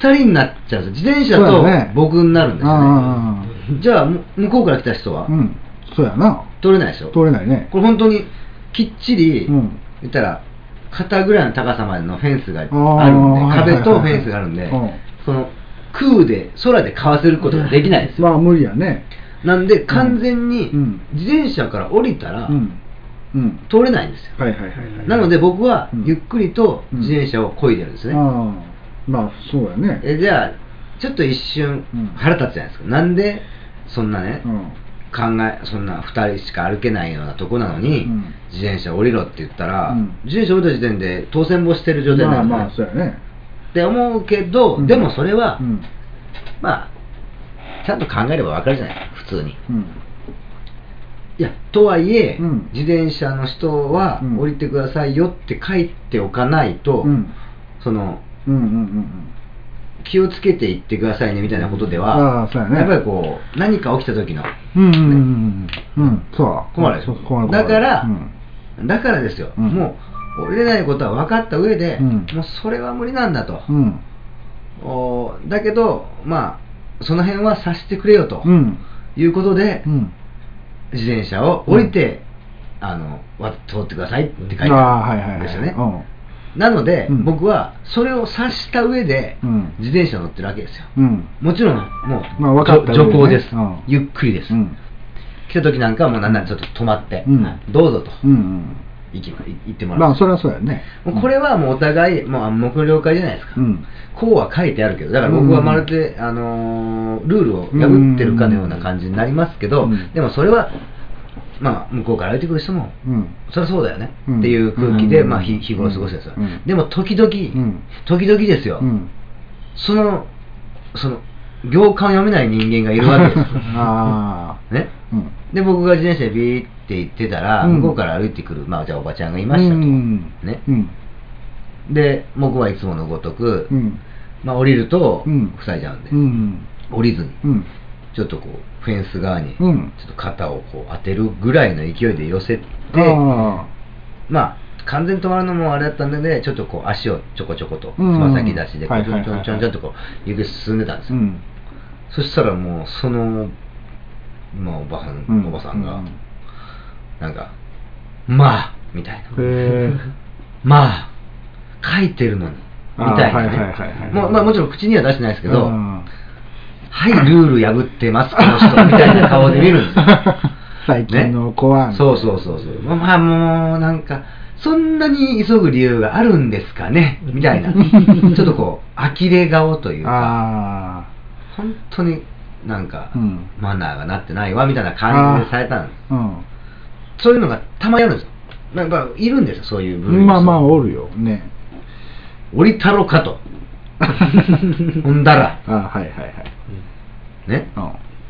B: 2人になっちゃうんですよ自転車
C: そう
B: と
C: だね
B: 僕になるんです
C: あ
B: よねじゃあむ向こうから来た人は
C: あ。うん。そうやな。
B: 通れないでしょ
C: 通れないね。
B: これ本当にきっちり、
C: うん
B: 言ったら肩ぐらいの高さまでのフェンスがある
C: あ
B: ん
C: ー
B: で壁
C: は
B: と
C: い
B: フ
C: はいはい
B: ェンスがあるんで、
C: うん
B: その空で空でかわせることができないんですよ
C: まあ無理やね。
B: なんで完全に
C: うん
B: 自転車から降りたら
C: うん。うん。
B: 通れないんですよ、
C: はいはいはいはい。
B: なので僕は
C: うん
B: ゆっくりと自転車を漕いでるんですね、
C: ああまあそうやね。
B: えじゃあちょっと一瞬
C: うん
B: 腹立つじゃないですか、なんでそんなね、
C: うん
B: 考えそんな2人しか歩けないようなとこなのに、
C: うん
B: 自転車降りろって言ったら、
C: うん
B: 自転車降りた時点で当選もしてる状態にな
C: まあ
B: るん
C: まあ
B: です
C: そう
B: ね
C: やね。
B: って思うけど、
C: うん
B: でもそれは、
C: うん
B: まあちゃんと考えればわかるじゃない普通に
C: うん
B: いやとはいえ、
C: うん
B: 自転車の人は
C: うん
B: 降りてくださいよって書いておかないと、
C: うん
B: その
C: うんうんうん
B: 気をつけていってくださいねみたいなことで
C: あ
B: は
C: ーそうやね
B: っぱりこう何か起きた時の
C: うんうんうんうんうんそうだ
B: 困るでしょ
C: そう困る困
B: だ
C: る
B: から、
C: うん
B: だからですよ、
C: うん
B: もう降りれないことは分かった上で、
C: うん
B: もうそれは無理なんだと、
C: うん
B: おだけどまあその辺は察してくれよと、
C: うん
B: いうことで、
C: うん
B: 自転車を降りて、あのわ通ってくださいって書いて
C: ああはいはい
B: あ
C: は
B: るん
C: い
B: ですよね、
C: う
B: なので、
C: うん
B: 僕はそれを察した上で、
C: うん
B: 自転車乗ってるわけですよ、
C: うん
B: もちろんもう、
C: まあ分かった
B: じょ徐行
C: 上で
B: で
C: ね
B: す、
C: うん
B: ゆっくりです、
C: うん
B: 来た時なんかはもうなんならちょっと止まって、
C: うん
B: はいどうぞと、
C: うんうん
B: 行きま行ってもらう
C: まあそれはそうやね
B: もうこれはもうお互いもう暗黙の了解じゃないですか、
C: うん
B: こうは書いてあるけどだから僕はまるで、あのールールを破ってるかのような感じになりますけど、
C: うん
B: でもそれは、まあ、向こうから歩いてくる人も、
C: うん
B: そりゃそうだよね、
C: うん
B: っていう空気で、
C: うん
B: まあ、日日頃過ごしてですよ、
C: うん
B: でも時々、
C: ん
B: 時々ですよ、
C: うん
B: そのその行間を読めない人間がいるわけです
C: ああ
B: ね
C: うん
B: で僕が自転車でビーっって行ってたら、
C: うん
B: 向こうから歩いてくる、まあ、じゃあおばちゃんがいましたと。
C: うん
B: ね
C: うん
B: で、僕はいつものごとく、
C: うん
B: まあ、降りると
C: うん、
B: 塞いじゃうんで、
C: うん
B: 降りずに、
C: うん
B: ちょっとこう、フェンス側に、ち
C: う
B: ょ
C: ん
B: っと肩をこう当てるぐらいの勢いで寄せて、
C: あ
B: まあ、完全に止まるのもあれだったんで、ちょっとこう、足をちょこちょこと、つ
C: うん
B: ま先出しでこ
C: は
B: う、
C: い
B: ち
C: はいは
B: ょん
C: い
B: ち
C: は
B: ょんちょ
C: い
B: んちょんとこう、指進んでたんです
C: ーう
B: よ。
C: ん
B: そしたらもう、その、まあ、おばさん、
C: うん
B: おばさんが、
C: うん
B: なんか、まあ、みたいな。
C: へー
B: まあ、書いてるのに、み
C: あー
B: たいな
C: はいはいはいは
B: ね。
C: い
B: もうまあもちろん口には出してないですけど、
C: うん
B: はい、ルール破ってます、この人、みたいな顔で見るんですよ。
C: 最近の子は
B: ねそうそうそうそう。まあまあ、もう、なんか、そんなに急ぐ理由があるんですかね、みたい な。ちょっとこう、呆れ顔というか、
C: あ
B: 本当になんか、
C: うん
B: マナーがなってないわ、みたいな感じでされたんです。
C: あうん
B: そういうのがたまにあるんですよ。なんか、いるんですよ、そういう部類の人
C: まあまあおるよね
B: 降りたろかと。ほんだら、
C: あーはいはいはい
B: ね、
C: う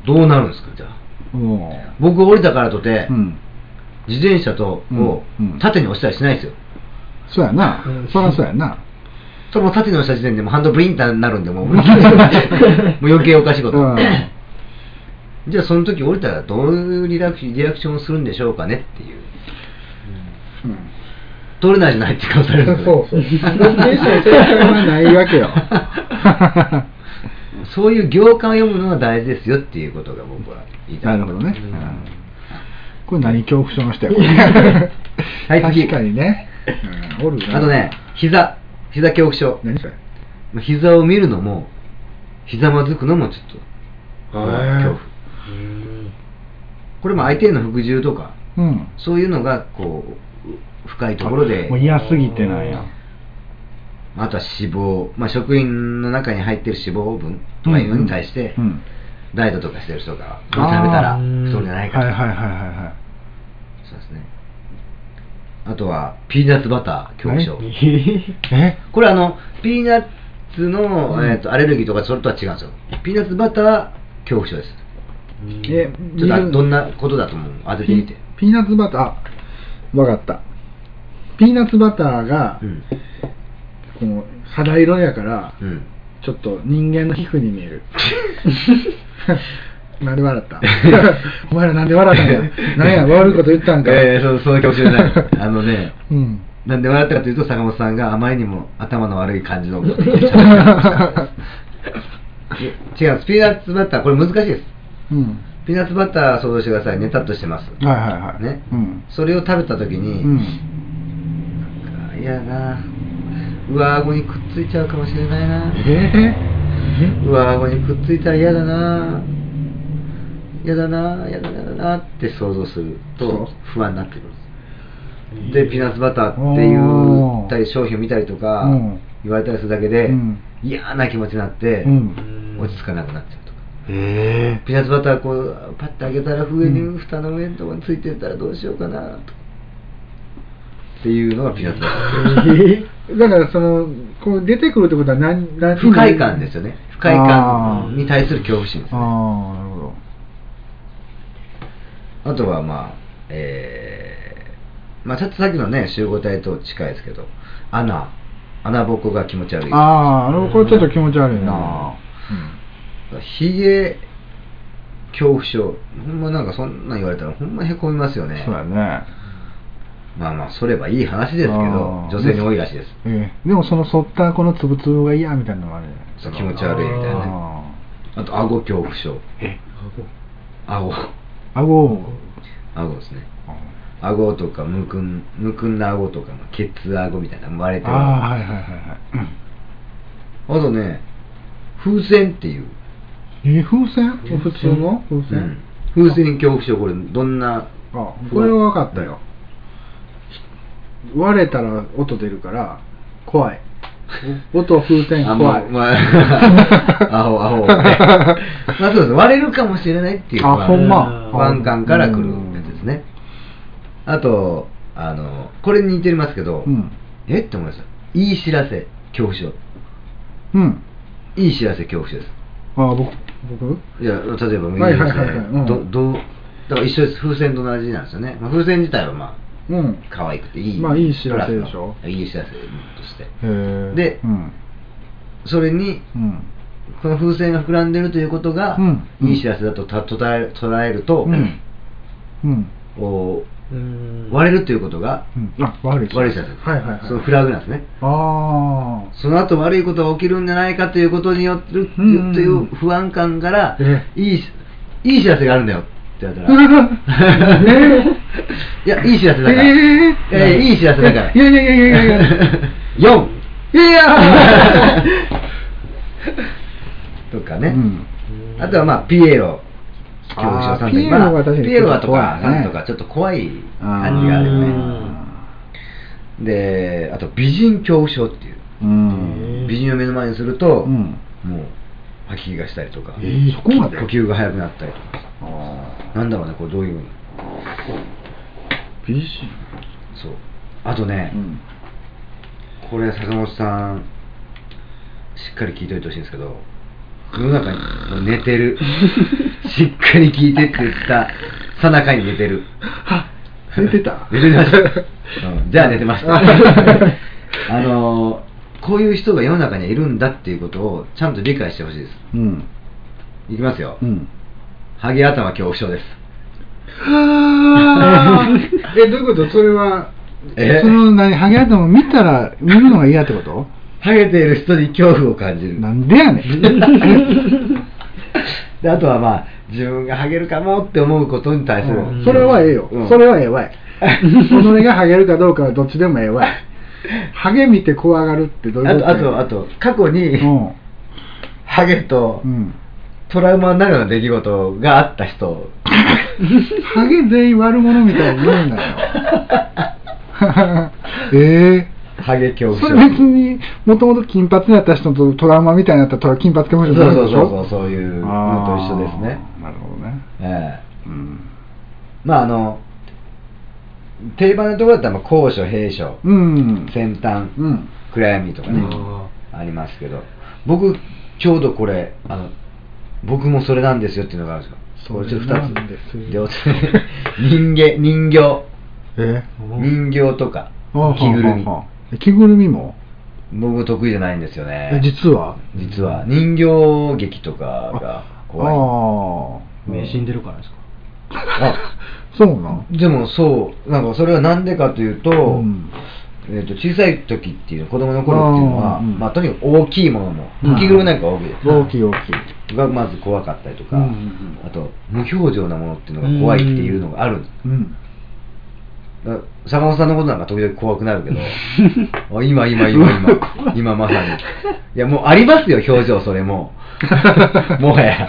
B: どうなるんですか、じゃあ。
C: んうん
B: 僕降りたからとて、
C: うん
B: 自転車と
C: うん
B: を
C: うん
B: 縦に押したりしないですよ。
C: そうやな
D: うん
C: そりゃそうやな
B: それも縦に押した時点でもうハンドブリンターになるんで、も うもう余計おかしいこと。
C: うん
B: じゃあその時降りたらどういうリラクシリアクションをするんでしょうかねっていう。
C: うん
B: 取れないじゃないって顔されるんですよね
C: そうそう自転車の正解はないわけよ
B: そういう行間を読むのが大事ですよっていうことが僕は言いた。
C: ないるほどね、
D: うん
C: うんこれ何恐怖症の人やこれ
B: はい次
C: 確かにね、うん、おるな
B: あとね、膝、膝恐怖症。
C: 何それ
B: 膝を見るのも、膝まずくのもちょっと、
C: ー
B: 恐怖。
D: うん
B: これも相手への服従とか、
C: うん
B: そういうのがこうう深いところで
C: もう、嫌すぎてなんや
B: あとは脂肪、まあ、食品の中に入ってる脂肪分とかいうのに対して、
C: うん
B: ダイエットとかしてる人が、これ食べたら
C: あ
D: ー
B: 太るんじゃな
C: はい
B: い
C: は
B: かと
C: いはい
B: か、
C: はいは
B: そうですね。あとは、ピーナッツバター恐怖症。
C: いえ
B: これあの、ピーナッツの、えー、とアレルギーとかそれとは違うんですよ。ピーナッツバター恐怖症です。
C: え
B: ちょっとあ
C: 見る
B: どんなことだと思う当ててみて。
C: ピーナッツバターあ分かったピーナッツバターが、
B: うん。
C: この肌色やから、
B: うん。
C: ちょっと人間の皮膚に見え るなんで笑ったお前らなんで笑ったんやなんや悪いこと言ったんか、
B: えー、そう、そうかもしれ ない。あのね、
C: うん
B: なんで笑ったかというと、坂本さんがあまりにも頭の悪い感じのことを言ってしま った違う、スピーナッツバター、これ難しいです。
C: うん
B: ピーナッツバター想像してください。ねたっとしてます。
C: はいはいはい
B: ね
C: うん
B: それを食べたとき
C: う
B: に、
C: ん
B: なんか嫌な上顎にくっついちゃうかもしれないな。
C: え
B: 上顎にくっついたら嫌だな嫌だな嫌だな嫌だなって想像すると不安になってくるんですでピーナッツバターって言ったり商品を見たりとか
C: うん
B: 言われたりするだけ
C: え
B: で
C: うん
B: 嫌な気持ちになって
C: うん
B: 落ち着かなくなっちゃうとか
C: え
B: ピーナッツバターこうパッて開けたら上
C: う
B: に
C: ん
B: 蓋の上のとこについてたらどうしようかなとっていうのがピーナッツバタ ー
C: えだからそのこう出てくるってことは何何
B: 不快感ですよね不快
C: あ
B: 感
C: ー
B: に対する恐怖心です
C: あ
B: ね
C: あなるほど
B: あとはまあ、えー、まあ、さっきさっきのね、集合体と近いですけど、穴、穴ぼこが気持ち悪い。
C: ああこれちょっと気持ち悪いな
B: なひげ恐怖症。ほんまなんかそんなん言われたらほんまへこみますよ
C: うん
B: ね。
C: そうやね
B: まあまあ、そればいい話ですけど、
C: あー
B: 女性に多いらしいです。
C: ええでもその剃ったこのつぶつぶが嫌みたいなのがある
B: そう気持ち悪いみたいなね。
C: あ
B: あと、顎恐怖症。
C: え
B: 顎。
C: あ顎を
B: 顎ですね。顎とかむくん、むくんだ顎とか、ケツ顎みたいな、割れて
C: あ
B: る。
C: あはいはいはいはい
B: あとね、風船っていう。
C: え風船普通の風
B: う
C: 船
B: ん、風船恐怖症これどんな
C: あこれは分かったよ割れたら音出るから怖い音風船
B: あ
C: 怖い
B: まあ、 アホアホまあそうです割れるかもしれないっていう不安
C: あほんま
B: 不安感から来るやつですねあとあのこれに似てますけど、
C: うん
B: えって思いましたいい知らせ恐怖症
C: うん
B: いい知らせ恐怖症です
C: あ僕僕
B: いや例えばもう
C: はい
B: い
C: い
B: で
C: はい
B: す
C: はいはいうん
B: ねどどうだから一緒です。風船と同じなんですよね。まあ、風船自体はまあ、
C: うん
B: 可愛くていい。
C: まあいい知らせでしょ
B: プラスのいい知らせとして。
C: へえ
B: で
C: うん
B: それに、
C: うん
B: この風船が膨らんでるということが、
C: うん
B: いい知らせだとた捉え捉えると、
C: うんうん
B: こ
D: う
B: うん割れるということが、
C: うんあ悪い
B: 悪い知らせです。
C: はいはいはい
B: そのフラグなんですね。
C: あ
B: その後悪いことが起きるんじゃないかということによってる、
C: うん
B: という不安感から、
C: え
B: いいしいい知らせがあるんだよって言われた
C: あ
B: ら、 いや、いい知らせだから、
C: えー
B: えーいい知らせだから、
C: いやいやいやいや いや
B: 4!
C: いや
B: とか
C: う
B: ね、
C: ん
B: あとはまあピエロ恐怖症さんとか
C: あーピエロは確かに
B: ピエロはとか
C: ちょっと怖いね
B: さんとかちょっと怖い感じがあるよねであと美人恐怖症っていう
C: うん
B: 美人を目の前にすると、
C: うん
B: もう吐き気がしたりとか、
C: えそこまで
B: 呼吸が速くなったりとか
C: あー
B: なんだろうねこれどういうの
C: 美人
B: そうあとね、
C: うん
B: これ坂本さんしっかり聞いといてほしいんですけど世の中に寝て るしっかり聞いてって言ったさなかに寝てる
C: あ寝 てた
B: 寝てました、うんじゃあ寝てましたあのーこういう人が世の中にはいるんだっていうことをちゃんと理解してほしいです
C: うん
B: いきますよ、
C: うん
B: ハゲ頭恐怖症です
C: えどういうことそれは
B: え
C: その何ハゲ頭を見たら見るのが嫌って こと
B: ハゲている人に恐怖を感じる
C: なんでやね ん
B: であとはまあ自分がハゲるかもって思うことに対する、
C: うんそれはええよ、
B: うん
C: それはえ えわい己がハゲるかどうかはどっちでもええわいハゲ見て怖がるってどうい
B: あ
C: うこと
B: とあとあと過去に、
C: うん
B: ハゲと
C: うん
B: トラウマの中の出来事があった人
C: ハゲ全員悪者みたいに言うんだよ ええ
B: ハゲ恐怖
C: そ
B: 症
C: れ別にもともと金髪になった人とトラウマみたいになったらトラ金髪
B: そ
C: か
B: う
C: もし
B: そ
C: れ
B: う
C: ない
B: そう
C: でし
B: そ
C: ょ
B: うそういうのと一緒ですね
C: あーなるほどね
B: ええ
C: うん
B: まああの定番のところだったらまあ高所平所、
C: うん
B: 先端、
C: うん
B: 暗闇とかね、
D: うん
B: ありますけど僕ちょうどこれあの僕もそれなんですよっていうのがあるんですよこれちょっと
C: それなんで
B: 2
C: すよ
B: つ両手人間人形
C: え
B: 人形とか
C: あ
B: 着ぐるみ
C: はあはあ着ぐるみも
B: 僕得意じゃないんですよね
C: え実は
B: 実は人形劇とかが怖い
C: あ
D: 目死んでるからですか
B: あ
C: あそうなん
B: でもそうなんかそれは何でかというと,、
C: うん
B: えー、と小さい時っていう子供の頃っていうのは
C: あーうん
B: まあ、とにかく大きいものも
C: うん
B: 着ぐるみなんかは大きいです
C: 大きい大きい
B: がまず怖かったりとか、
C: うんうんうん
B: あと無表情なものっていうのが怖いっていうのがある、
C: うん
B: だ坂本さんのことなんか時々怖くなるけどあ今今今 今今まさにいやもうありますよ表情それももはや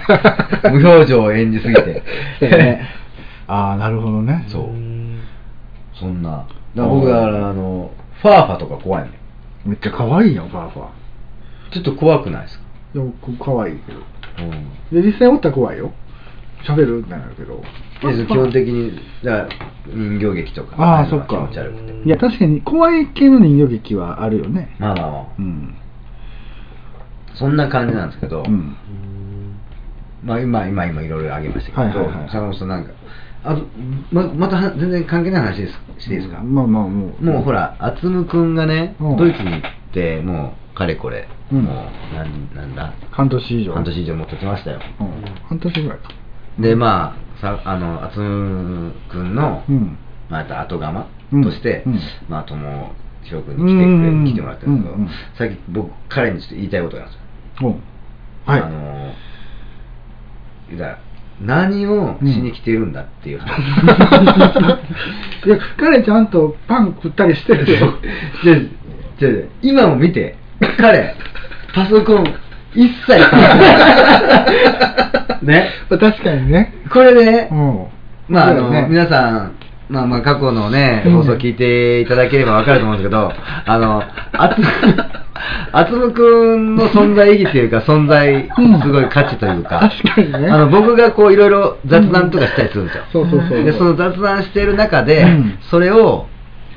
B: 無表情を演じすぎ て
C: ああなるほどね
B: そう そんなだから
C: あー
B: 僕だからあのファーファとか怖いのよ
C: めっちゃ可愛いよファーファ
B: ちょっと怖くないですか、
C: ーよく可愛いけど
B: うん
C: で実際おったら怖いよ喋るってなるけど
B: で基本的にだから人形劇とか
C: ああ
B: い
C: そう
B: の
C: っ
B: が気
C: か
B: 持ち悪くて
C: いや確かに怖い系の人形劇はあるよね
B: まあまあまあ
C: うん
B: そんな感じなんですけど、
C: うん
B: まあ、今今今いろいろあげましたけど、
C: はいはいはい
B: 坂本さんなんかあとままたは全然関係ない話ですしていいですか、
C: まあまあもう
B: もうほら渥夢君がね、
C: うん
B: ドイツに行ってもうかれこれ、
C: うん
B: もうなんなんだ
C: 半年以上
B: 半年以上も経ちましたよ
C: うん半年ぐらいか
B: でまあさあの渥夢君の、
C: うん
B: まあ、やっぱ後釜
C: うん
B: として、
C: うん
B: まあ友翔君に来てくれ、
C: うん
B: 来てもらってるんですけど、
C: うんうん
B: 最近僕彼にちょっと言いたいことがあるんですよ
C: うんはい
B: あのーだから何をしに来てるんだっていう話、
C: いや彼ちゃんとパン食ったりしてるよ
B: でで今も見て彼パソコン一切触らな いね
C: 確かにね
B: これで、ね
C: うん
B: まああの、
C: そうだよね
B: 皆さんまあまあ過去のね
C: うん
B: 放送聞いていただければわかると思うんですけどあの あつあつむくんの存在意義というか存在
C: うん
B: すごい価値というか
C: 確かにね
B: あの僕がこういろいろ雑談とかしたりするんですよ、
C: そうそうそう
B: でその雑談している中で、
C: うん
B: それを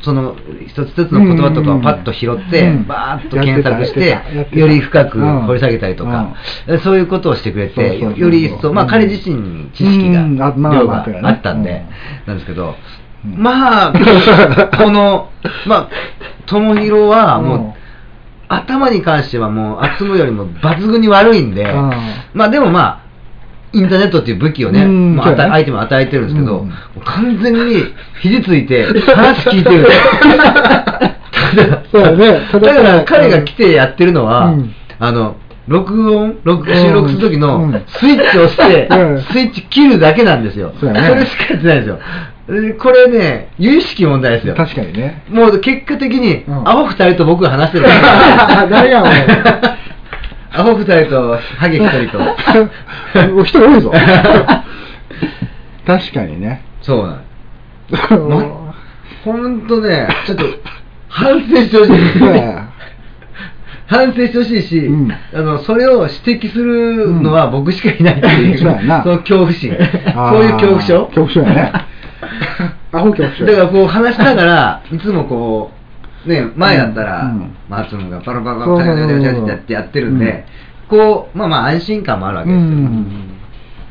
B: その一つ一つの言葉とかをパッと拾って、
C: うん
B: バーッと検索して
C: やってたやってた
B: より深く掘り下げたりとか、そういうことをしてくれ
C: そうそう
B: て
C: そうそう
B: より一層、まあ、
C: うん
B: 彼自身に知識が
C: うんあまあ
B: 量
C: まあ
B: が
C: そうだね
B: あったんで、
C: うん
B: なんですけど、
C: うん
B: まあこのまあ友廣はもう、
C: うん
B: 頭に関してはもう厚むよりも抜群に悪いんで、
C: うん
B: まあでもまあインターネットっていう武器をね、
C: うん
B: まあ、与
C: そ
B: え
C: うね
B: 相手も与えてるんですけど、
C: うん
B: もう完全に肘つい て話聞いてる
C: そうだね
B: だか
C: ただ
B: ら彼が来てやってるのは、
C: うん
B: あの録音録
C: うん
B: 収録する時
C: う
B: の
C: ん
B: スイッチをして、
C: うん
B: スイッチ切るだけなんですよ
C: そうだね
B: れしかやってないんですよでこれね有意識問題ですよ
C: 確かにね。
B: もう結果的に、
C: うん
B: アホ二人と僕が話してる
C: 誰やお前
B: アホ二人とハゲ一人と
C: お人多い ぞ。確かにね。
B: そうなんま本当ねちょっと反省してほしい反省してほしいし、
C: うん
B: あのそれを指摘するのは僕しかいないっていう、
C: うんそうやな
B: その恐怖心そう
C: あー
B: いう恐怖症
C: 恐怖症 やね。アホ恐怖症。
B: だからこう話しながらいつもこうね前だったら、
C: うんうん
B: まあ松野がパラパラパ
C: そう
B: ラ
C: そうそう
B: パラパラってやってるんで、こうまあまあ安心感もあるわけ
C: う
B: ですよ、
C: ん。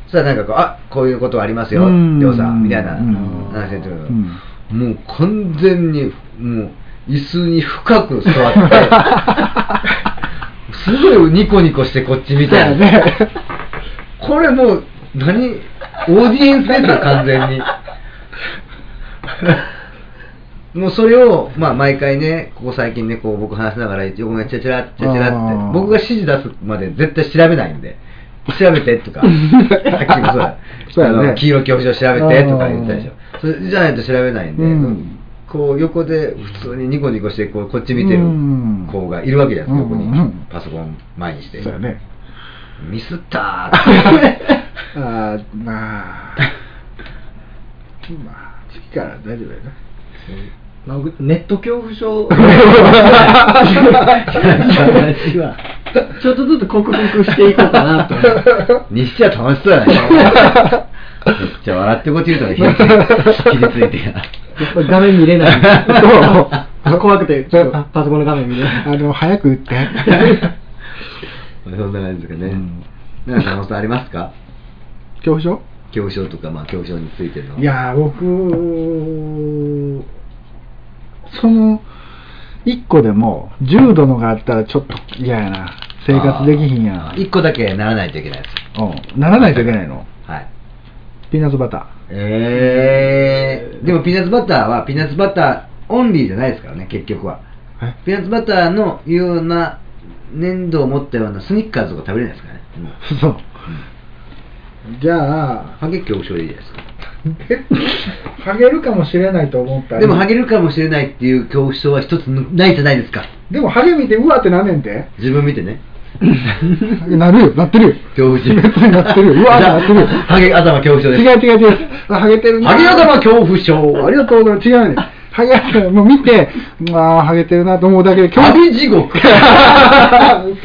B: そしたらなんかこうあこういうことありますよ、
C: うん
B: りょうさんみたいな
C: うん
B: 話してるの、
C: うん
B: もう完全にもう椅子に深く 座ってすごいニコニコしてこっち見て
C: そうや ね
B: これもう何オーディエンスですよ完全にもうそれを、まあ、毎回ねここ最近ねこう僕話しながら横目チラチラチラチラ
C: あ
B: っ
C: ー
B: て僕が指示出すまで絶対調べないんで調べてとかさっきもそうだ
C: そうやね
B: あの黄色恐怖症調べてとか言ったでしょそれじゃないと調べないんで、
C: うん
B: こう横で普通にニコニコしてこうこっち見てる
C: うん
B: 子がいるわけじゃないですか、
C: うんうんうん
B: 横にパソコン前にして
C: そうやね。
B: ミスった ーって
C: あーまあ。まあ、次から大丈夫だよね。
D: まあ僕ネット恐怖 症話はちょっとずつ克服していこうかなと思って
B: にしちゃ楽しそうやなめっちゃ笑ってこっちいるとか傷ついてや
D: やっぱり画面見れない怖くてちょっとパソコンの画面見れない
C: あの、早く打 って。
B: そんな感じですかね、
C: うん
B: なんか可能性ありますか
C: 恐怖症
B: 恐怖症とかまあ恐怖症についての
C: いやー僕その1個でも重度のがあったらちょっと嫌やな生活できひんや
B: あ
C: な
B: ー一個だけならないといけないです
C: うんならないといけないの
B: はい
C: ピーナッツバター
B: えー、でもピーナッツバターはピーナッツバターオンリーじゃないですからね結局は
C: え
B: ピーナッツバターのような粘土を持ったようなスニッカーズとか食べれないですからね、うん
C: そうじゃあ
B: ハゲ恐怖症でいいじゃないですか
C: ハゲるかもしれないと思ったら
B: でもハゲるかもしれないっていう恐怖症は一つないじゃないですか
C: でもハゲ見てうわってなんね んて
B: 自分見て ね
C: なるよなってるよ
B: 恐怖症
C: なってるようわってなってるよ
B: ハゲ頭恐怖症
C: 違
B: で
C: う
B: す
C: 違う違うあハゲてるな
B: ハゲ頭恐怖症
C: ありがとうございます違うねハゲもう見てああハゲてるなと思うだけで
B: ハゲ地獄
C: そ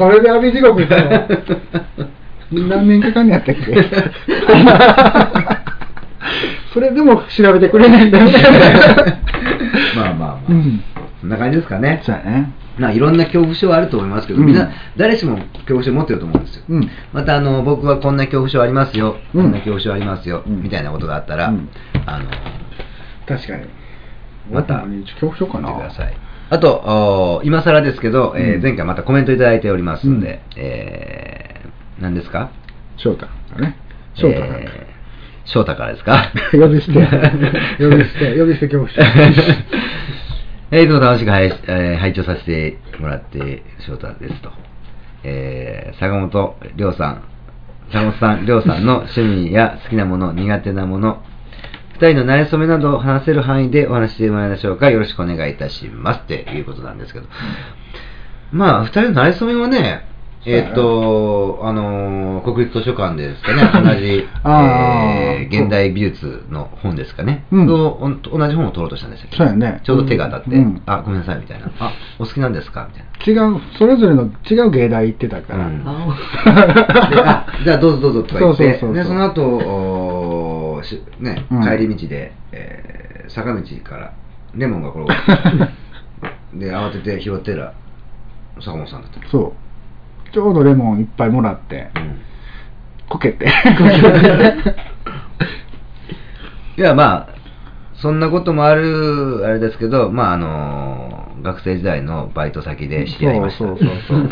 C: れで阿部地獄行ったの何年かかんねやった っけそれでも調べてくれないんだよね
B: まあまあまあ、
C: うん
B: そんな感じですかね
C: そうやね
B: まあ、いろんな恐怖症はあると思いますけど、
C: うん
B: みんな誰しも恐怖症持ってると思うんですよ、
C: うん
B: またあの僕はこんな恐怖症ありますよ、
C: うん
B: こんな恐怖症ありますよ、
C: うん
B: みたいなことがあったら、
C: うん
B: あの
C: 確かに
B: また
C: 僕もね恐怖症かな
B: 見てくださいあとお今更ですけど、えー
C: うん
B: 前回またコメントいただいておりますので、
C: うん
B: えー何ですか
C: 翔太だね翔太なんか、
B: えー翔太からですか
C: 呼び捨て呼び捨て呼び捨て 恐怖症
B: えーいつも楽しく拝,、えー拝聴させてもらって翔太ですと、えー坂本亮さん坂本さん亮さんの趣味や好きなもの苦手なもの2人の馴れ初めなどを話せる範囲でお話ししてもらいましょうかよろしくお願いいたしますっていうことなんですけど、まあ2人の馴れ初めはねえーっ、と、あのー国立図書館でですかね、 同じ、
C: あー
B: えー現代美術の本ですかね、
C: うん
B: とおんと同じ本を取ろうとしたんでしたっけ
C: そうやね
B: ちょうど手が当たって、
C: うん
B: あごめんなさいみたいな、あお好きなんですかみたいな。
C: 違うそれぞれの違う芸大行ってたから、
B: うん
D: あ
B: であじゃあどうぞどうぞとか言って
C: そうそうそうそう
B: でその後おーしね
C: うん
B: 帰り道で、えー坂道からレモンが転が った。で、慌てて拾ってら、坂本さんだった。
C: そうちょうどレモンいっぱいもらって
B: うん
C: こけて
B: いや、まあ、そんなこともある、あれですけど、まあ、あの学生時代のバイト先で知り合いました。
C: そうそう そうも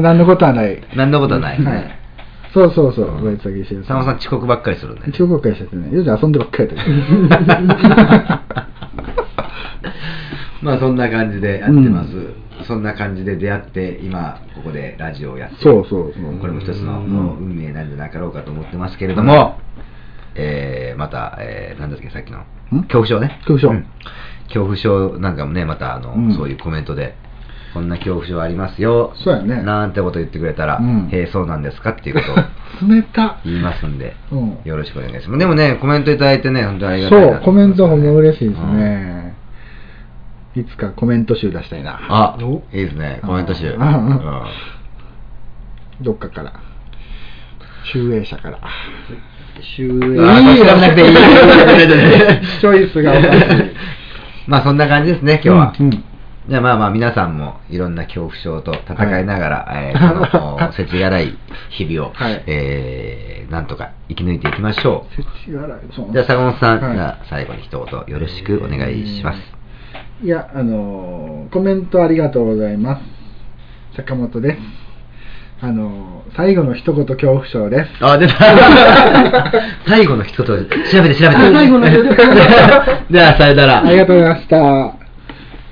C: う何のことはない
B: 何のことはないです
C: はい
B: ね。
C: そうそうそう、
B: うん
C: バイト先してる
B: 坂本さん遅刻ばっかりするね。
C: 中国会社ってね、よじ遊んでばっかりだ
B: まあそんな感じでやってます、
C: うん
B: そんな感じで出会って今ここでラジオをやってる
C: そうそうそう
B: これも一つの
C: うん
B: もう運命なんじゃなかろうかと思ってますけれども、えーまた、えー、なんだっけさっきの
C: ん
B: 恐怖症ね
C: 恐怖症
B: うん恐怖症なんかもねまたあの、
C: うん
B: そういうコメントでこんな恐怖症ありますよ
C: そうやね
B: なんてこと言ってくれたら、
C: うん
B: へえそうなんですかって いうことを
C: 冷た
B: 言いますんで、
C: うん
B: よろしくお願いします。でもね、コメントいただいてね、本当にありがたいな
C: そう、コメント
B: と
C: も
B: 思いますね
C: 嬉しいです
B: うん
C: ね。いつかコメント集出したいな。
B: あ、
D: お
B: いいですね、コメント集。
C: う
B: うんん
C: どっかから。集英社から。
D: 集
B: い
D: 英
B: いよなくていい
C: チョイスがおかしい
B: まあそんな感じですね、今日は。
C: うんうん
B: じゃあまあまあ皆さんもいろんな恐怖症と戦いながら、えーこのせちがらい日々を、
C: はい
B: えーなんとか生き抜いていきましょう。
C: 世知辛いそう
B: じゃあ坂本さん、
C: はい
B: じゃあ最後に一言よろしくお願いします。
C: いや、あのーコメントありがとうございます。坂本です。あのー最後の一言恐怖症です。
B: あ、 出た。最後の一言、調べて調べて。
C: あ最後の一言
B: じゃあ、さよなら。
C: ありがとうございました。